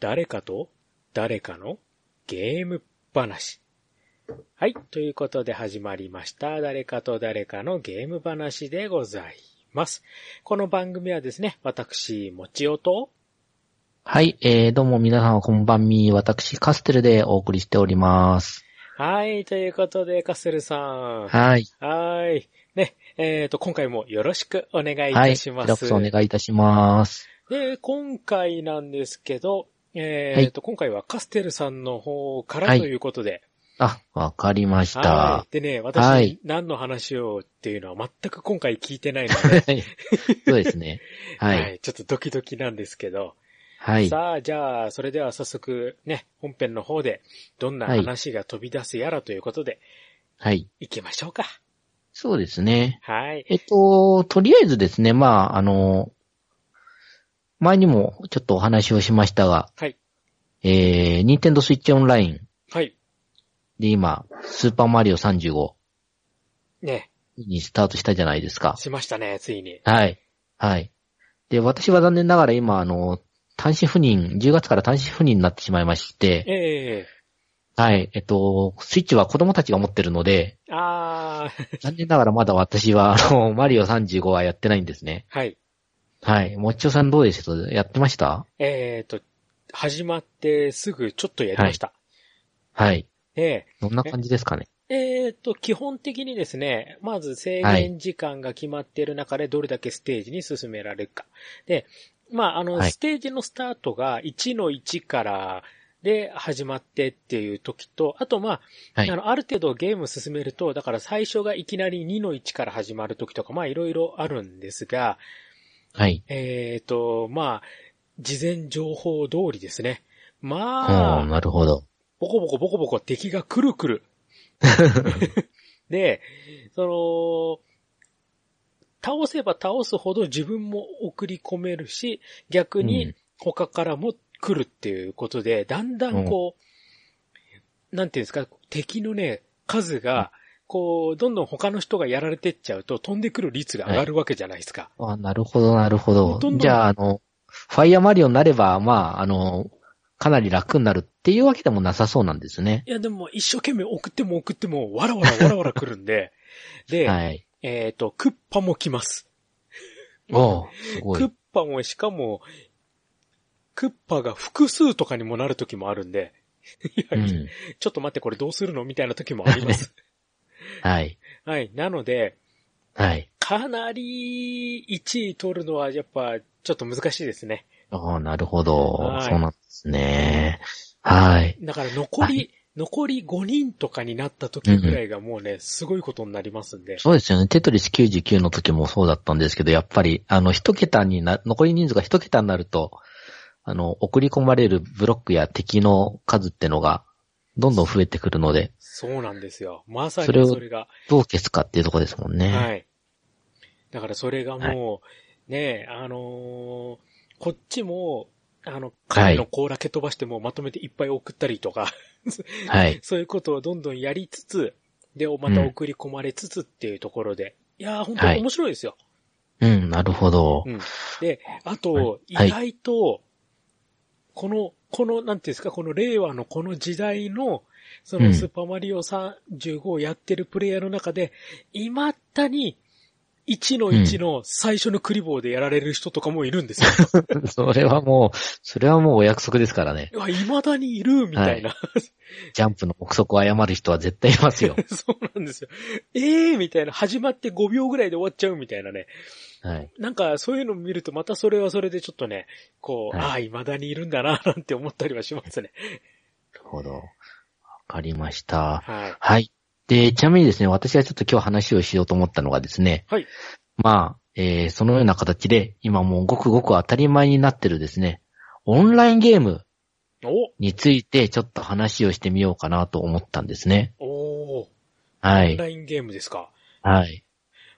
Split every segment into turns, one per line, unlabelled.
誰かと誰かのゲーム話。はい。ということで始まりました。誰かと誰かのゲーム話でございます。この番組はですね、私、もちおと、
はい、えー、どうも皆さんこんばんみ、私、カステルでお送りしております。
はい。ということで、カステルさん。
はい。
はーい。ね、えっ、と、今回もよろしくお願いい
は
た
い、
し
こ
ま
ちらこ
す。
そお願いいたします。
で、今回なんですけど、えっ、と、今回はカステルさんの方から
はい
ということで、
あ、わかりまし
は
た
い。。でね、
は
私
い、
何の話をっていうのは全く今回聞いてないので、
そうですね。 は。
はいいちょっとドキドキなんですけど、
はい。
さあ、じゃあ、それでは早速ね、本編の方で、どんな話が飛び出すやらということで、
はい。
行きましょうか。
そうですね。
はい。
えっと、とりあえずですね、まあ、あの、前にもちょっとお話をしましたが、
はい。
えー、ニンテンドスイッチオンライン
はい。
で今、スーパーマリオ35
ね、
にスタートしたじゃないですか。
しましたね、ついに。
はい。はい。で、私は残念ながら今、あの、単身赴任、10月から単身赴任になってしまいまして、
ええ
はい。えっと、スイッチは子供たちが持ってる ので、
あー、
残念ながらまだ私は、あの、マリオ35はやってないんですね。
はい。
はい。もっちおさんどうでしたやってました
えっ、と、始まってすぐちょっとやりました。
はい。
ね
どんな感じですかね
えっ、と、基本的にですね、まず制限時間が決まっている中でどれだけステージに進められるか。で、まあ、あの、
はい
ステージのスタートが1の1からで始まってっていう時と、あとまあ、
はい
あ。の、ある程度ゲーム進めると、だから最初がいきなり2の1から始まる時とか、まあいろいろあるんですが、
はい。
えっ、と、まあ、事前情報通りですね。
うん、
まあ、
なるほど。
ボコボコボコボコ敵がくるく る。で、その、倒せば倒すほど自分も送り込めるし、逆
う
に
ん
他からも来るっていうことで、だんだんこう、なんていうんですか、敵のね、数が、こう、どんどん他の人がやられてっちゃうと飛んでくる率が上がるわけじゃないですか。
あ、なるほど、なる
ほ
ほど
とん。ど
じゃあ、あの、ファイアマリオになれば、まあ、あの、かなり楽になるっていうわけでもなさそうなんですね。
い、や、でも一生懸命送っても送っても、わらわらわらわら来るんで、で、
はい。
えっ、と、クッパも来ます。
おうすごい。
クッパもしかも、クッパが複数とかにもなる時もあるんで、いや
うん。
ちょっと待ってこれどうするのみたいな時もあり ます。
はい。
はい。なので、
はい。
かなり1位取るのはやっぱちょっと難しいですね。
ああ、なるほど
は。い
そうなんですね。はい。
だから残り、残り5人とかになった時ぐらいがもうね、すごいことになりますんで。
そうですよね。テトリス99の時もそうだったんですけど、やっぱり、あの、一桁にな、残り人数が一桁になると、あの、送り込まれるブロックや敵の数ってのが、どんどん増えてくるので、
そうなんですよ。まさに
それを
それが。
どう消すかっていうとこですもんね。
はい。だからそれがもう、ねえ、あのーこっちも、あの、彼の甲羅蹴飛ばしてもまとめていっぱい送ったりとか、
はい。
そういうことをどんどんやりつつ、で、また送り込まれつつっていうところで、いやー、本当
はい
に面白いですよ。
うん、なるほど。
うん。で、あと、意
はい
外と、この、この、なんていうんですか、この令和のこの時代の、そうの
ん
スーパーマリオ35をやってるプレイヤーの中で、今ったに、1の1の最初のクリボーでやられる人とかもいるんです よ。
それはもう、それはもうお約束ですからね。
いや、未だにいるみたいな。
ジャンプの目測を誤る人は絶対いますよ。
そうなんですよ。ええー、みたいな。始まって5秒ぐらいで終わっちゃうみたいなね。
はい。
なんか、そういうの見ると、またそれはそれでちょっとね、こう、
はい
ああ、未だにいるんだな、なんて思ったりはしますね。
なるほど。わかりました。
はい。
はい。で、ちなみにですね、私がちょっと今日話をしようと思ったのがですね、
はい。
まあ、えー、そのような形で、今もうごくごく当たり前になってるですね、オンラインゲーム
お
についてちょっと話をしてみようかなと思ったんですね。
おー
は
オン
い。
ラインゲームですか。
はい。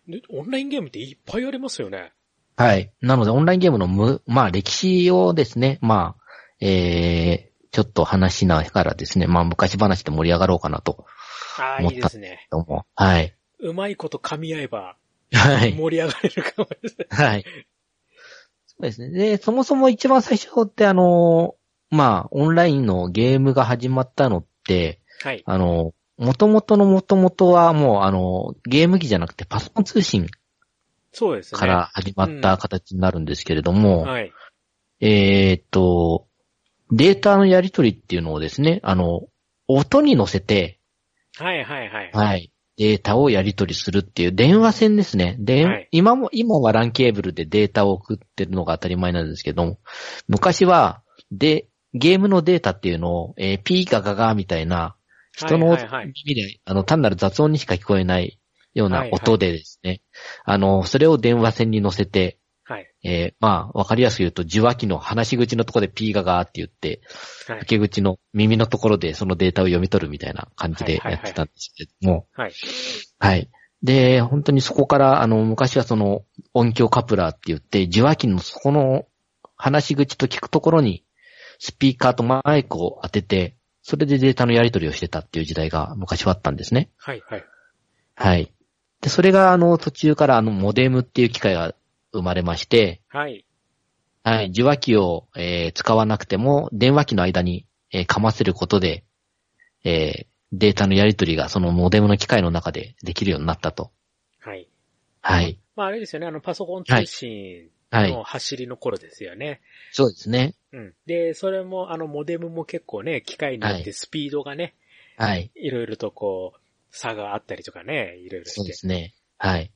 でオンラインゲームっていっぱいありますよね。
はい。なので、オンラインゲームのむ、まあ、歴史をですね、まあ、えー、ちょっと話しながらですね、まあ、昔話で盛り上がろうかなと
ああ、い
も
い
った
ですね。
思う。はい。
うまいこと噛み合えば
はい。
盛り上がれるか もしれない。
はい。そうですね。で、そもそも一番最初ってあの、まあ、オンラインのゲームが始まったのって、
はい。
あの、元々の元々はもう、あの、ゲーム機じゃなくてパソコン通信
そうですね。
から始まった形になるんですけれども、
はい。
えーっと、データのやり取りっていうのをですね、あの、音に乗せて、
はいはいはい。
はい、データをやり取りするっていう電話線ですね。で、
はい
今も、今は LAN ケーブルでデータを送ってるのが当たり前なんですけども、昔は、で、ゲームのデータっていうのを、えーピーガガガみたいな、人の
は
耳
い
で、
はいはい
あの、単なる雑音にしか聞こえないよう
は
ない
はい
音でですね、あの、それを電話線に乗せて、
はい。
えーまあ、わかりやすく言うと、受話器の話し口のところでピーガガーって言って、
は
受
い。
け口の耳のところでそのデータを読み取るみたいな感じでやってたんですけども、
はい。
はい。で、本当にそこから、あの、昔はその音響カプラーって言って、受話器のそこの話し口と聞くところに、スピーカーとマイクを当てて、それでデータのやり取りをしてたっていう時代が昔はあったんですね。
はいはい。
はい。で、それがあの途中からあのモデムっていう機械が生まれまして、
はい。
はい、受話器を、えー使わなくても電話機の間に、えーかませることで、えーデータのやり取りがそのモデムの機械の中でできるようになったと。
はい。
はい。
まああれですよね、あのパソコン通信
はい
の。走りの頃ですよね。
そうですね。
うん。で、それも、あの、モデムも結構ね、機械によっ
は
て
い
スピードがね、
はい。
いろいろとこう、差があったりとかね、いろいろ
そ
し
うで
て。
すね。はい。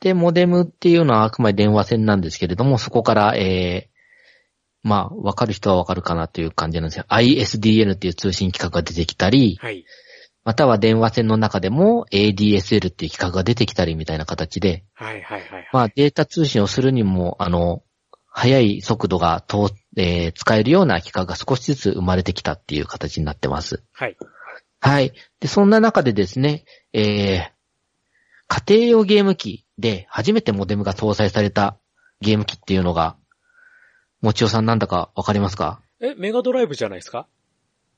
で、モデムっていうのはあくまで電話線なんですけれども、そこから、えー、まあ、わかる人はわかるかなという感じなんですが、ISDN っていう通信規格が出てきたり、
はい。
または電話線の中でも ADSL っていう規格が出てきたりみたいな形で、
はいはいはい。
まあ、データ通信をするにも、あの、速い速度がと、えー使えるような規格が少しずつ生まれてきたっていう形になってます。
はい。
はい。で、そんな中でですね、えー、家庭用ゲーム機で初めてモデムが搭載されたゲーム機っていうのが、もちおさんなんだかわかりますか
え、メガドライブじゃないですか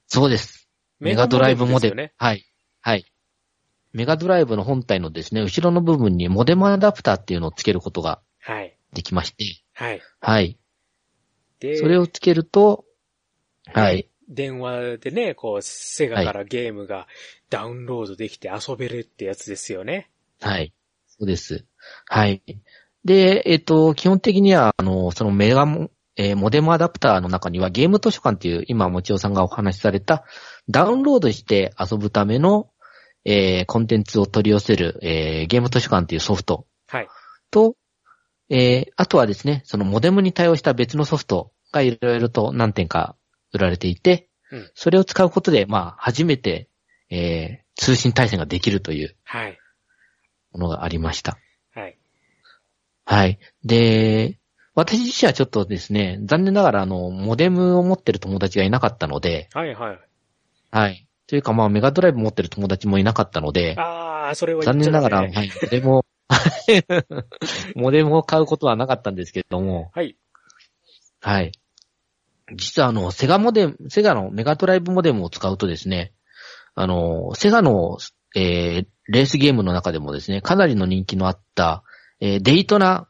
そうです。メガドライブモデル。
ですよね。
はい。はい。メガドライブの本体のですね、後ろの部分にモデムアダプターっていうのをつけることが
はい。
できまして、
はい。
はい。
で、
それをつけると、はい。
電話でね、こう、セガからゲームがダウンロードできて遊べるってやつですよね。
はい。そうです。はい。で、えっ、と、基本的には、あの、そのメガモ、えーモデムアダプターの中にはゲーム図書館っていう、今、もちおさんがお話しされた、ダウンロードして遊ぶための、えーコンテンツを取り寄せる、えーゲーム図書館っていうソフト
はい。
と、えーあとはですね、そのモデムに対応した別のソフトがいろいろと何点か売られていて、
うん
それを使うことで、まあ、初めて、えー通信対戦ができるという
はい。
ものがありました。
はい。
はい。で、私自身はちょっとですね、残念ながら、あの、モデムを持ってる友達がいなかったので、
はいはい。
はい。というか、まあ、メガドライブ持ってる友達もいなかったので、
あー、それは言
残
っちゃ
念
ダ
な
メ
がら、はい、モデムを、 モデムを買うことはなかったんですけれども、
はい。
はい。実は、あの、セガモデム、セガのメガドライブモデムを使うとですね、あの、セガの、えーレースゲームの中でもですね、かなりの人気のあった、えーデイトナ、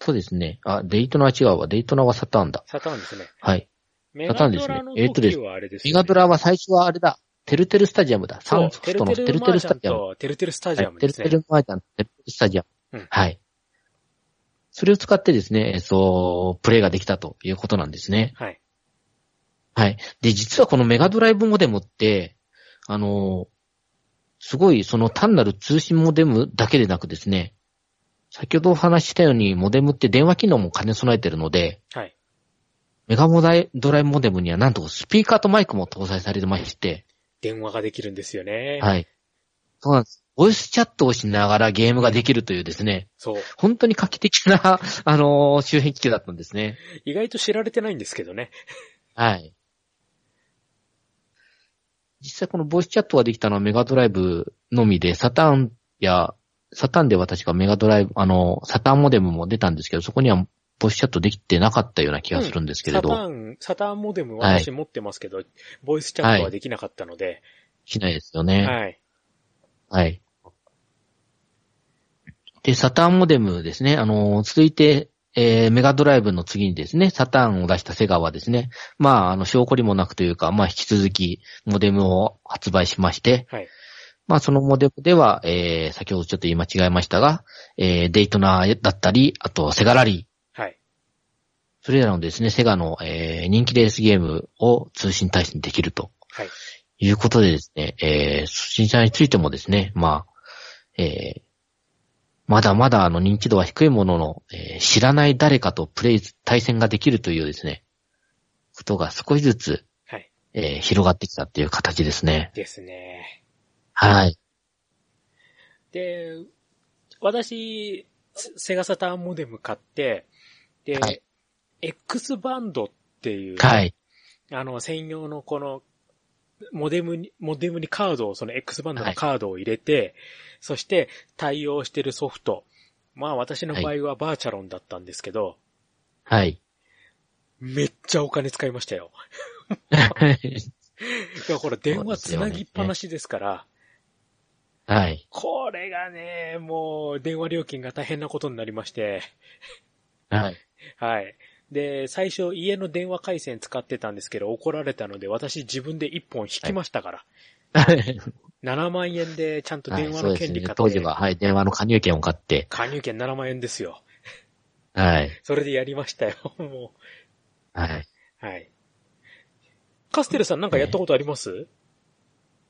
そうですね。あ、デイトナは違うわ。デイトナはサターンだ。
サターンですね。
はい。
メ
サタ
ガ
ーンで
ド
すね
ラの
えーっとで
時
す
はあれです
メ
よ
ガ
ね。
ドラは最初はあれだ。てるてるスタジアムだ。サ
そ
ン
う、
ソ
テ
フ
ル
トの
テ
て
ル
る
マ
て
ー
る
ジ
ス
ャ
タ
ン
ジアム。
とテルテルスタ
はい
ジアム
て
で
る
す
て
ね。
るマージャン、てるてるスタジアム。
うん
はい。それを使ってですね、えーそう、プレイができたということなんですね。
はい。
はい。で、実はこのメガドライブモデムって、あのーすごい、その単なる通信モデムだけでなくですね、先ほどお話ししたように、モデムって電話機能も兼ね備えてるので、
はい。
メガモダイドライブモデムにはなんとスピーカーとマイクも搭載されてまして、
電話ができるんですよね。
はい。そうなんです。ボイスチャットをしながらゲームができるというですね、
そう。
本当に画期的な、あのー周辺機器だったんですね。
意外と知られてないんですけどね。
はい。実際このボイスチャットができたのはメガドライブのみで、サターンや、サターンでは確かメガドライブ、あの、サターンモデムも出たんですけど、そこにはボイスチャットできてなかったような気がするんですけれ
サタ
ど、
ーン、サターンモデムは
はい
私持ってますけど、ボイスチャットはできなかったので、
しないですよ
はい。
ね。はい。で、サターンモデムですね。あの、続いて、えーメガドライブの次にですね、サターンを出したセガはですね、まあ、あの、証拠りもなくというか、まあ、引き続き、モデムを発売しまして、
はい。
まあ、そのモデムでは、えー先ほどちょっと言い間違えましたが、えーデイトナーだったり、あと、セガラリー、
はい。
それらのですね、セガの、えー人気レースゲームを通信対戦できると
はい。
いうことでですね、えー、新車についてもですね、まあ、えー、まだまだあの認知度は低いものの、えー知らない誰かとプレイ、対戦ができるというですね、ことが少しずつ、
はい。
えー広がってきたっていう形ですね。
ですね。
はい。
で、私、セセガサターンモデム買って、で、
はい
X バンドっていう、
はい。
あの、専用のこの、モデムに、モデムにカードを、その X バンドのカードを入れて、そして対応してるソフト。まあ私の場合はバーチャロンだったんですけど、
はい。
めっちゃお金使いましたよ。いや、ほら、電話つなぎっぱなしですから、
はい。
これがね、もう、電話料金が大変なことになりまして、
はい。
はい。で、最初、家の電話回線使ってたんですけど、怒られたので、私自分で一本引きましたから、7万円でちゃんと
はい
電話
そう
の
です
権利
ね
買っ。て、
当時は、はい、電話の加入券を買って、
加入券7万円ですよ。
はい。
それでやりましたよ、 も
はい。
う。はい。カステルさんなんかやったことあります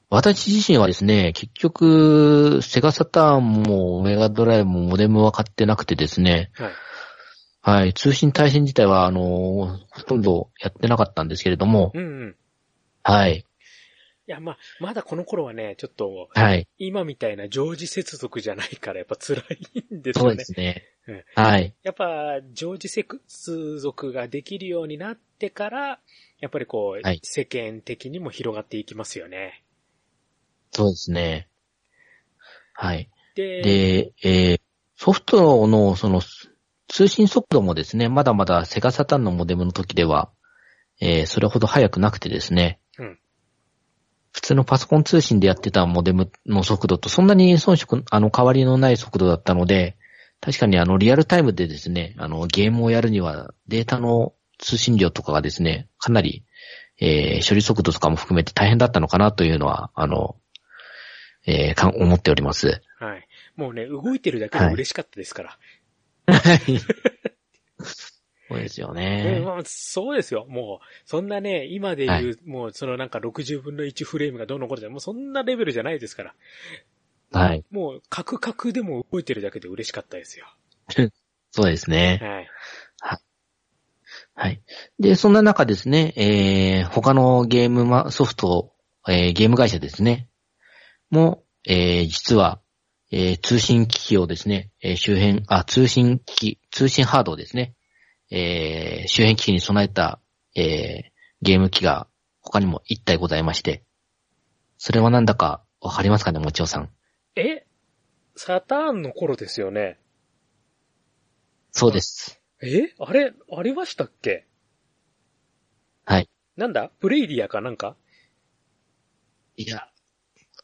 私自身はですね、結局、セガサターンもメガドライブもモデムは買ってなくてですね、
はい。
はい、通信対戦自体は、あのーほとんどやってなかったんですけれども、
うんうん。
はい、
いや、まあ、まだこの頃はね、ちょっと、
はい、
今みたいな常時接続じゃないからやっぱ辛いんです
そ
よ
うで
ね。
すね
うん。
はい、
やっぱ常時接続ができるようになってから、やっぱりこう、
はい
世間的にも広がっていきますよね。
そうですね。はい。
で、
で、えーソフトの、その、通信速度もですね、まだまだセガサターンのモデムの時では、えーそれほど速くなくてですね、
うん
普通のパソコン通信でやってたモデムの速度とそんなに遜色、あの、変わりのない速度だったので、確かにあの、リアルタイムでですね、あの、ゲームをやるにはデータの通信量とかがですね、かなり、えー処理速度とかも含めて大変だったのかなというのは、あの、えーかん思っております。
はい。もうね、動いてるだけで嬉しかったですから。
そうですよ
うん
ね。
まあそうですよ。もう、そんなね、今で言う、
はい
もうそのなんか60分の1フレームがどうのこうのじゃ、もうそんなレベルじゃないですから。
はい。
もう、カクカクでも動いてるだけで嬉しかったですよ。
そうですね。
はい。
はい。で、そんな中ですね、えー、他のゲームま、ソフト、えー、ゲーム会社ですね、も、えー、実は、えー、通信機器をですね、えー、周辺、あ、通信機器、通信ハードをですね、えー、周辺機器に備えた、えー、ゲーム機が他にも1体ございまして、それはなんだかわかりますかね、もちおさん。
えサターンの頃ですよね。
そうです。
えあれ、ありましたっけ
はい。
なんだプレイディアかなんか
いや、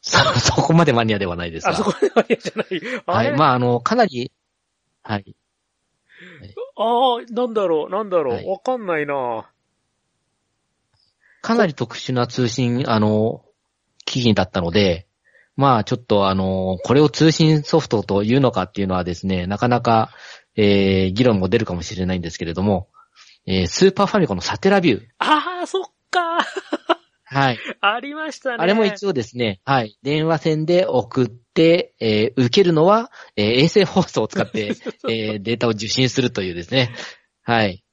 そ、 そこまでマニアではないですが。
あそこであれじゃない。あ
は
れ、
い。まあ、あの、かなり、はい。
ああ、なんだろう、なんだろう、
はい
わかんないな
かなり特殊な通信、あの、機器だったので、まあ、ちょっとあの、これを通信ソフトというのかっていうのはですね、なかなか、えー、議論も出るかもしれないんですけれども、えー、スーパーファミコンのサテラビュー。
ああ、そっか
はい。
ありましたね。
あれも一応ですね、はい。電話線で送って、えー受けるのは、えー衛星放送を 使って、えーデータを受信するというですね。はい。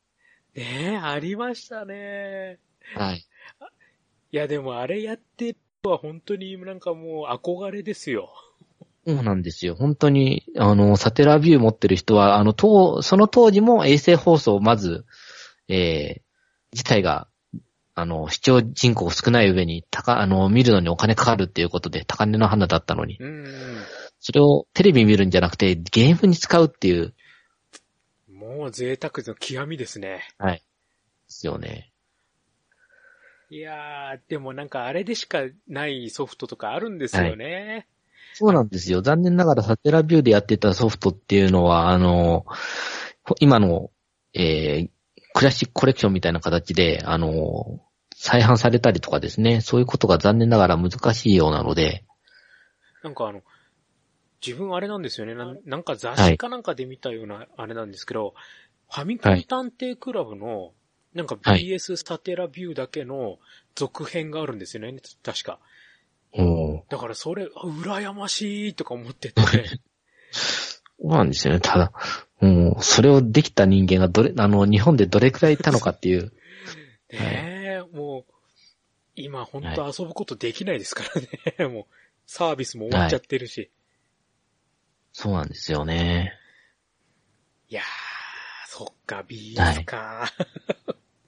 ねえ、ありましたね。
はい。
いや、でもあれやってる人は本当になんかもう憧れですよ。
そうなんですよ。本当に、あの、サテラビュー持ってる人は、あの、当、その当時も衛星放送をまず、えー、自体が、あの、視聴人口少ない上に、高、あの、見るのにお金かかるっていうことで、高値の花だったのに、
うん。
それをテレビ見るんじゃなくて、ゲームに使うっていう、
もう贅沢の極みですね。
はい。ですよね。
いやー、でもなんかあれでしかないソフトとかあるんですよね。
そうなんですよ。残念ながらサテラビューでやってたソフトっていうのは、あの、今のえー、クラシックコレクションみたいな形で、あの、再販されたりとかですね、そういうことが残念ながら難しいようなので、
なんかあの、自分あれなんですよね。なんなんか雑誌かなんかで見たようなあれなんですけど、ファミコン探偵クラブの、なんか
はい
BS スタテラビューだけの続編があるんですよね、確か。
うん
だからそれ、あ羨ましいとか思ってて、
そうなんですよね。ただ、もう、それをできた人間がどれ、あの、日本でどれくらいいたのかって いう、
ねえ、もう、今本当遊ぶことできないですからね、もう、 サービスも終わっちゃってるし。
そうなんですよね。
い、やー、そっか、BS か、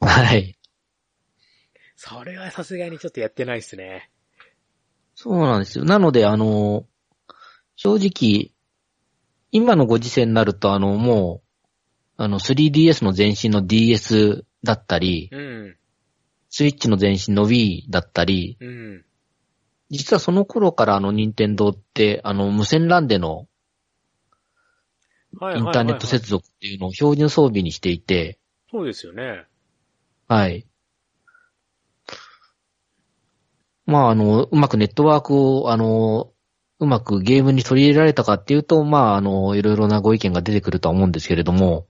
はい。
それはさすがにちょっとやってないですね。
そうなんですよ。なので、あの、正直、今のご時世になると、あの、もう、あの、3DS の前身の DS だったり、
うん、
スイッチの前身の Wii だったり、
うん。
実はその頃からあの、任天堂って、あの、無線 LAN での
はい
インターネット接続っていうのを標準装備にしていて、
そうですよね。
はい。まあ、あの、うまくネットワークを、あの、うまくゲームに取り入れられたかっていうと、まあ、あの、いろいろなご意見が出てくるとは思うんですけれども、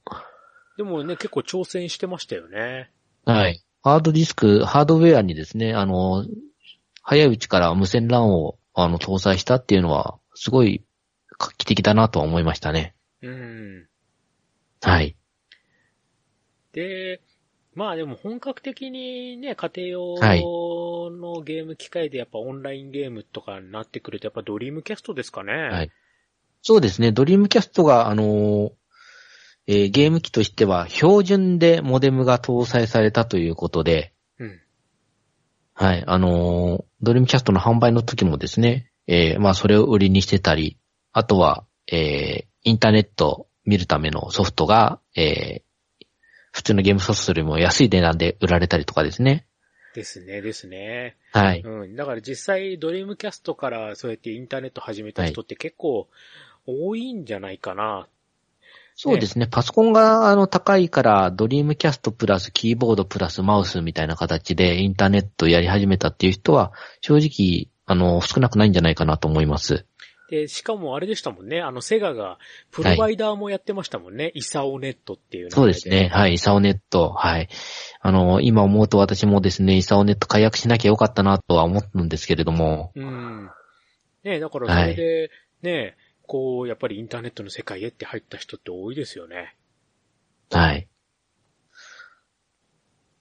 でもね、結構挑戦してましたよね。
はい。ハードディスク、ハードウェアにですね、あの、早いうちから無線 LAN を、あの、搭載したっていうのは、すごい画期的だなとは思いましたね。
うん。
はい。
で、まあでも本格的にね、家庭
はい
用のゲーム機械でやっぱオンラインゲームとかになってくるとやっぱドリームキャストですかね。
はいそうですね、ドリームキャストが、あのーえーゲーム機としては標準でモデムが搭載されたということで、
うん。
はい、あのードリームキャストの販売の時もですね、えーまあそれを売りにしてたり、あとは、えーインターネット見るためのソフトが、えー普通のゲームソフトよりも安い値段で売られたりとかですね。
ですね、ですね。
はい。
うん。だから実際ドリームキャストからそうやってインターネット始めた人って結構多いんじゃないかな。
そうですね。パソコンがあの高いから、ドリームキャストプラスキーボードプラスマウスみたいな形でインターネットやり始めたっていう人は、正直、あの、少なくないんじゃないかなと思います。
で、しかもあれでしたもんね。あのセガがプロバイダーもやってましたもんね。イサオネットっていう名前
そうですね。。はい。イサオネット。はい。あの、今思うと私もですね、イサオネット解約しなきゃよかったなとは思うんですけれども。
うん。ねえだから
は
それ
い
で、ねえこう、やっぱりインターネットの世界へって入った人って多いですよね。
はい。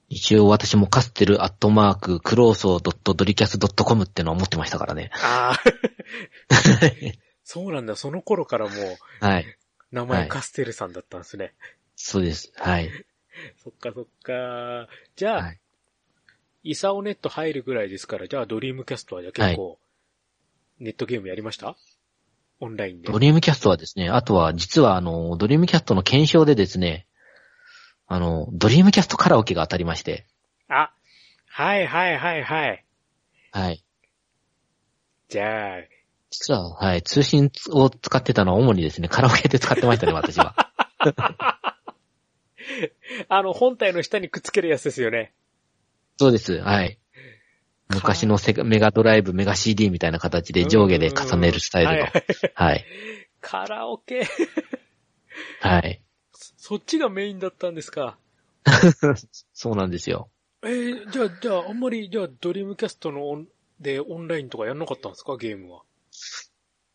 一応私もカステルアットマーククローソー .dolikas.com ってのは持ってましたからね。
ああ。 そうなんだ。その頃からもう、
はい。
名
は
前
い
カステルさんだったんですね。
そうです。はい。
そっかそっか。じゃあ、
はい
イサオネット入るぐらいですから、じゃあドリームキャストはじゃあ結構、ネットゲームやりましたオンラインで。
ドリームキャストはですね、あとは実はあの、ドリームキャストの検証でですね、あの、ドリームキャストカラオケが当たりまして、
あ、はいはいはいはい。
はい。
じゃあ、
実は、はい、通信を使ってたのは主にですね、カラオケで使ってましたね、私 は。
あの、本体の下にくっつけるやつですよね。
そうです、はい。昔のセガメガドライブ、メガ CD みたいな形で上下で重ねるスタイルの
うんうんうんは。
はい。
カラオケ。
はい。
そっちがメインだったんですか。
そうなんですよ。
えー、じゃあ、じゃあ、あんまり、じゃあ、ドリームキャストのオン、で、オンラインとかやんなかったんですか、ゲームは。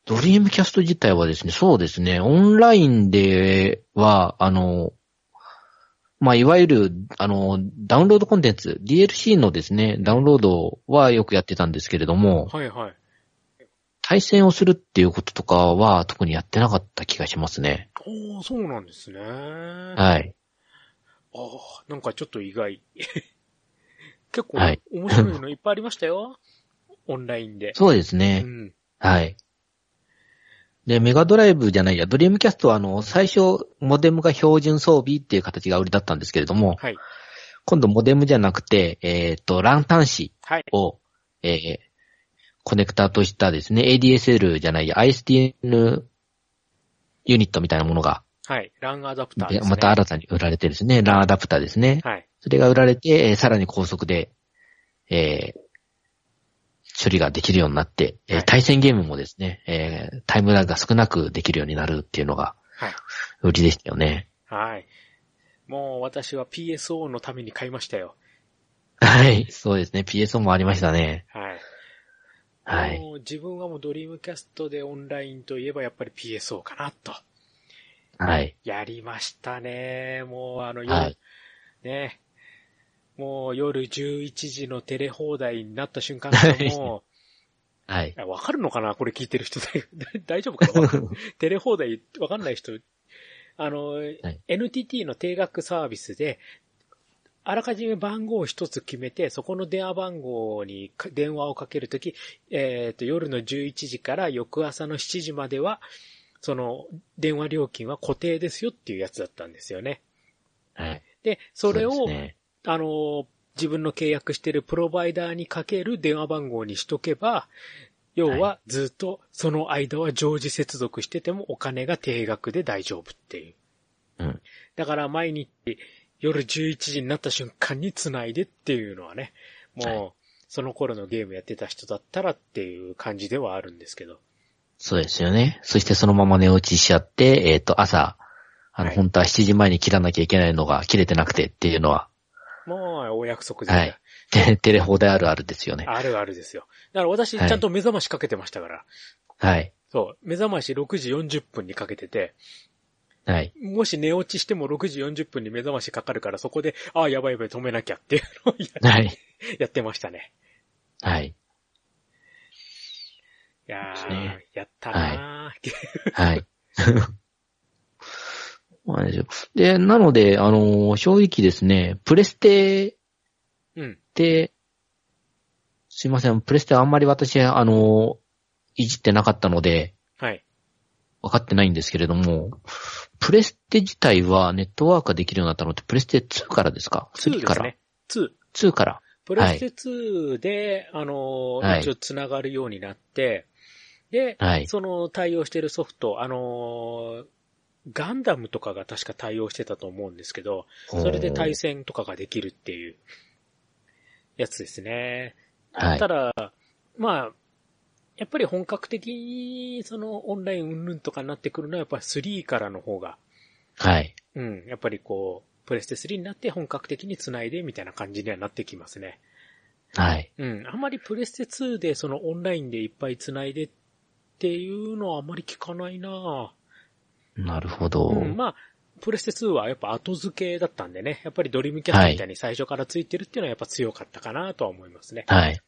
ドリームキャスト自体はですね、そうですね、オンラインでは、あの、まあ、いわゆる、あの、ダウンロードコンテンツ、DLC のですね、ダウンロードはよくやってたんですけれども、
はいはい。
対戦をするっていうこととかは特にやってなかった気がしますね。
おー、そうなんですね。あ
はい。
あー、なんかちょっと意外。 結構、
はい
面白いのいっ ぱいありましたよ。オンラインで。
そうです
う
ね。
ん。
はい。で、メガドライブじゃないや、ドリームキャストはあの、最初、モデムが標準装備っていう形が売りだったんですけれども、
はい。
今度モデムじゃなくて、えっ、と、ランタン紙
はい。
を、えーコネクターとしたですね、ADSL じゃないや、ISDN ユニットみたいなものが
はい。ランアダプター
で
ですね。
また新たに売られてるんですね。ランアダプターですね。
はい。
それが売られて、えーさらに高速で、えー処理ができるようになって、えー
はい
対戦ゲームもですね、えータイムラグが少なくできるようになるっていうのが
はい。
売りでしたよね。
はい。もう私は PSO のために買いましたよ。
はい。そうですね。PSO もありましたね。
はい。
はい。
もう自分はもうドリームキャストでオンラインといえばやっぱり PSO かなと。
はい。
やりましたね。もうあの夜、
はい。
ね。もう夜11時のテレ放題になった瞬間から も
はい。
う、あわかるのかなこれ聞いてる人だ 大丈夫かな テレ放題わかんない人、あの、NTT の定額サービスで、あらかじめ番号を一つ決めて、そこの電話番号にか電話をかけるとき、えっ、と、夜の11時から翌朝の7時までは、その、電話料金は固定ですよっていうやつだったんですよね。
はい。
で、それを、
うですね
あの、自分の契約してるプロバイダーにかける電話番号にしとけば、要はずっとその間は常時接続しててもお金が定額で大丈夫っていう。
うん。
だから毎日夜11時になった瞬間に繋いでっていうのはね、
はい
もうその頃のゲームやってた人だったらっていう感じではあるんですけど。
そうですよね。そしてそのまま寝落ちしちゃって、えっ、と、朝、あの、
はい
本当は7時前に切らなきゃいけないのが切れてなくてっていうのは、
もうお約束です、
はいテテレ放題あるあるですよね。
あるあるですよ。だから私ち
はい
ゃんと目覚ましかけてましたから。
はい。
そう。目覚まし6時40分にかけてて、
はい。
もし寝落ちしても6時40分に目覚ましかかるからそこで、ああ、やばいやばい止めなきゃっていう のをや
はい。
やってましたね。
はい。
いや
です
ー、
ね
やったなー、
はい。 そうなんですよ。で、なので、あのー正直ですね、プレステっ
うん。
て、すいません、プレステあんまり私、あのーいじってなかったので、
はい。
分かってないんですけれども、プレステ自体はネットワークができるようになったのって、プレステ2からですか
2
?3
で
か
す
ら
ね。2。
?2 から。
プレステ2で、あのー
はい
一応繋がるようになって、で、
はい。
その対応してるソフト、あのーガンダムとかが確か対応してたと思うんですけど、それで対戦とかができるっていうやつですね。
はい
た。だ、まあ、やっぱり本格的に、その、オンライン云々とかになってくるのは、やっぱり3からの方が、
はい。
うん、やっぱりこう、プレステ3になって本格的に繋いでみたいな感じにはなってきますね。
はい。
うん、あんまりプレステ2でそのオンラインでいっぱい繋いでっていうのはあまり聞かないなぁ
なるほど。
うん、まあ、プレステ2はやっぱ後付けだったんでね、やっぱりドリームキャストみたいに最初からついてるっていうのはやっぱ強かったかなとは思いますね。
はい。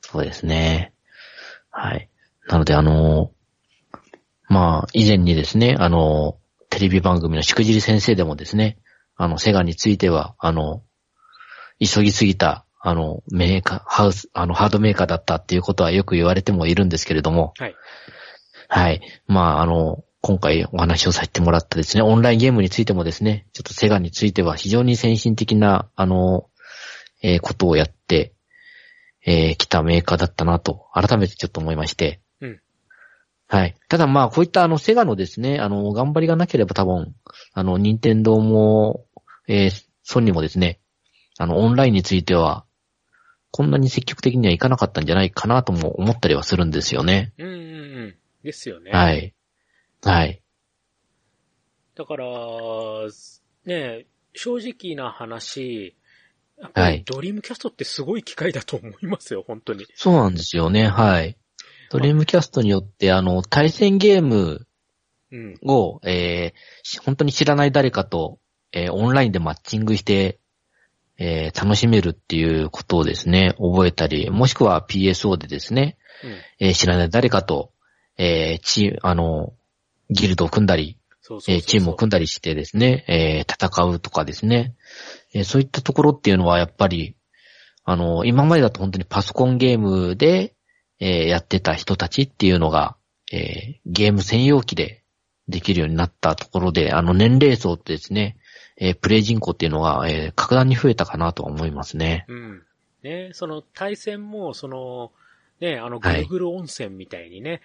そうですね。はい。なので、あのーまあ、以前にですね、あのーテレビ番組のしくじり先生でもですね、あの、セガについては、あの、急ぎすぎた、あの、メーカー、ハウス、あの、ハードメーカーだったっていうことはよく言われてもいるんですけれども、
はい。
はい。まあ、あの、今回お話をさせてもらったですね、オンラインゲームについてもですね、ちょっとセガについては非常に先進的な、あの、えーことをやって、えー来たメーカーだったなと、改めてちょっと思いまして。
うん
はい。ただまあ、こういったあの、セガのですね、あの、頑張りがなければ多分、あの、任天堂も、えーソニーもですね、あの、オンラインについては、こんなに積極的にはいかなかったんじゃないかなとも思ったりはするんですよね。
うんうんうん。ですよね。
はい。はい。
だから、ね、正直な話、やっぱりドリームキャストってすごい機会だと思いますよ、本当に。
そうなんですよね、はい。ドリームキャストによって、あの、対戦ゲーム
うん。
を、えーし本当に知らない誰かと、えーオンラインでマッチングして、えー楽しめるっていうことをですね、覚えたり、もしくは PSO でですね、
うん。
えー知らない誰かと、えーチーあの、ギルドを組んだり、
そうそうそうそう
えーチームを組んだりしてですね、えー戦うとかですね、えーそういったところっていうのはやっぱり、あの、今までだと本当にパソコンゲームで、えーやってた人たちっていうのが、えーゲーム専用機でできるようになったところで、あの年齢層ってですね、えープレイ人口っていうのが、えー格段に増えたかなとは思いますね。
うん。ね、その対戦も、その、ね、あの、
はい
Google 温泉みたいにね、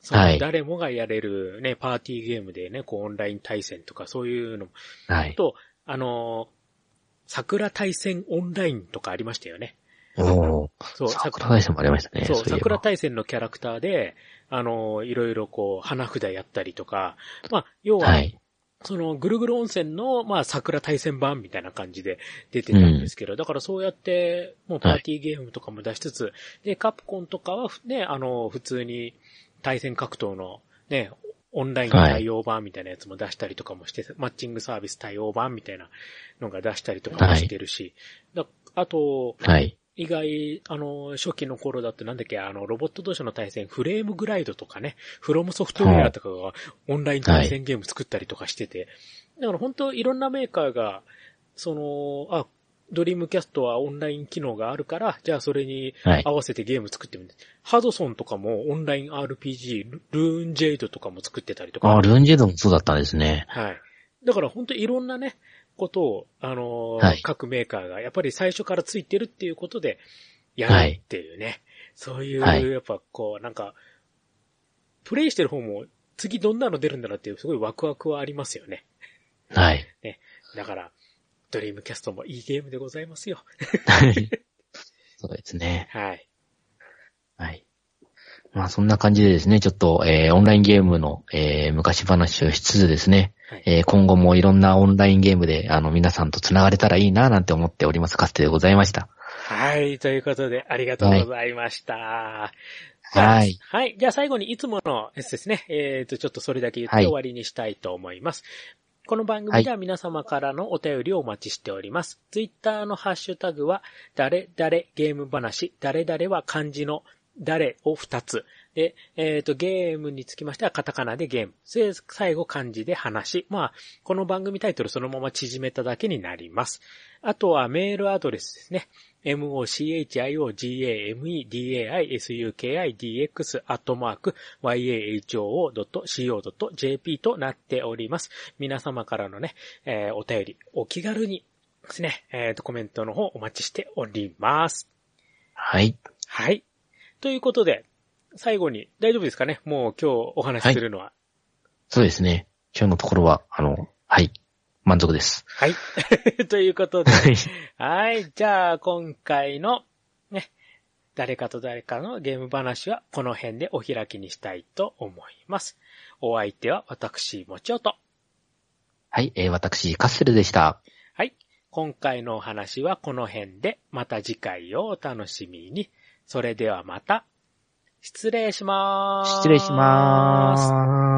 その
はい
誰もがやれるね、パーティーゲームでね、こうオンライン対戦とかそういうのも、
は
あ
い。
と、あのー桜対戦オンラインとかありましたよね。
おー
そう、
桜大戦もありましたね。
そう、
いえば
桜大戦のキャラクターで、あのーいろいろこう、花札やったりとか、まあ、要は、
はい。
その、ぐるぐる温泉の、まあ、桜対戦版みたいな感じで出てたんですけど、だからそうやって、もうパーティーゲームとかも出しつつ、で、カプコンとかは、ね、あの、普通に対戦格闘の、ね、オンライン対応版みたいなやつも出したりとかもして、マッチングサービス対応版みたいなのが出したりとかもしてるし、だあと、
はい。
意外、あの、初期の頃だってなんだっけ、あの、ロボット同士の対戦、フレームグライドとかね、フロムソフトウェアとかがオンライン対戦ゲーム作ったりとかしてて、だから本当いろんなメーカーが、その、あ、ドリームキャストはオンライン機能があるから、じゃあそれに
はい。
合わせてゲーム作ってみる。ハドソンとかもオンライン RPG、ルルーンジェイドとかも作ってたりとか。
あ、ルーンジェイドもそうだったんですね。
はい。だから本当いろんなね、ことを、あのー
はい
各メーカーがやっぱり最初からついてるっていうことで、やるっていうね。そういう、
はい
やっぱこう、なんか、プレイしてる方も次どんなの出るんだろうっていうすごいワクワクはありますよね。
はい。
だから、ドリームキャストもいいゲームでございますよ。
そうですね。
はい。
はい。まあそんな感じでですね、ちょっと、えーオンラインゲームの、えー昔話をしつつですね、
はい
えー今後もいろんなオンラインゲームで、あの、皆さんと繋がれたらいいな、なんて思っております。かつてでございました。
はい。ということで、ありがとうございました。じゃあ
はい。。
はい。じゃあ最後にいつものやつですね。えっ、と、ちょっとそれだけ言って
はい
終わりにしたいと思います。この番組では皆様からのお便りをお待ちしております。ツイッターのハッシュタグは、誰誰ゲーム話、誰々は漢字の誰を二つ。で、えっ、と、ゲームにつきましてはカタカナでゲーム。せ最後漢字で話。まあ、この番組タイトルそのまま縮めただけになります。あとはメールアドレスですね。mochiogame,dai,sukidx, アットマーク、yaho.co.jp となっております。皆様からのね、えーお便り、お気軽にですね、えーと、コメントの方お待ちしております。
はい。
はい。ということで、最後に、大丈夫ですかねもう今日お話しするのは。
そうですね。今日のところは、あの、はい。満足です。
はい。という ことで、
はい。
はい。じゃあ、今回の、ね、誰かと誰かのゲーム話はこの辺でお開きにしたいと思います。お相手は私、もちおと。
はい。えー私、カッセルでした。
はい。今回のお話はこの辺で、また次回をお楽しみに。それではまた、失礼しまーす。
失礼しまーす。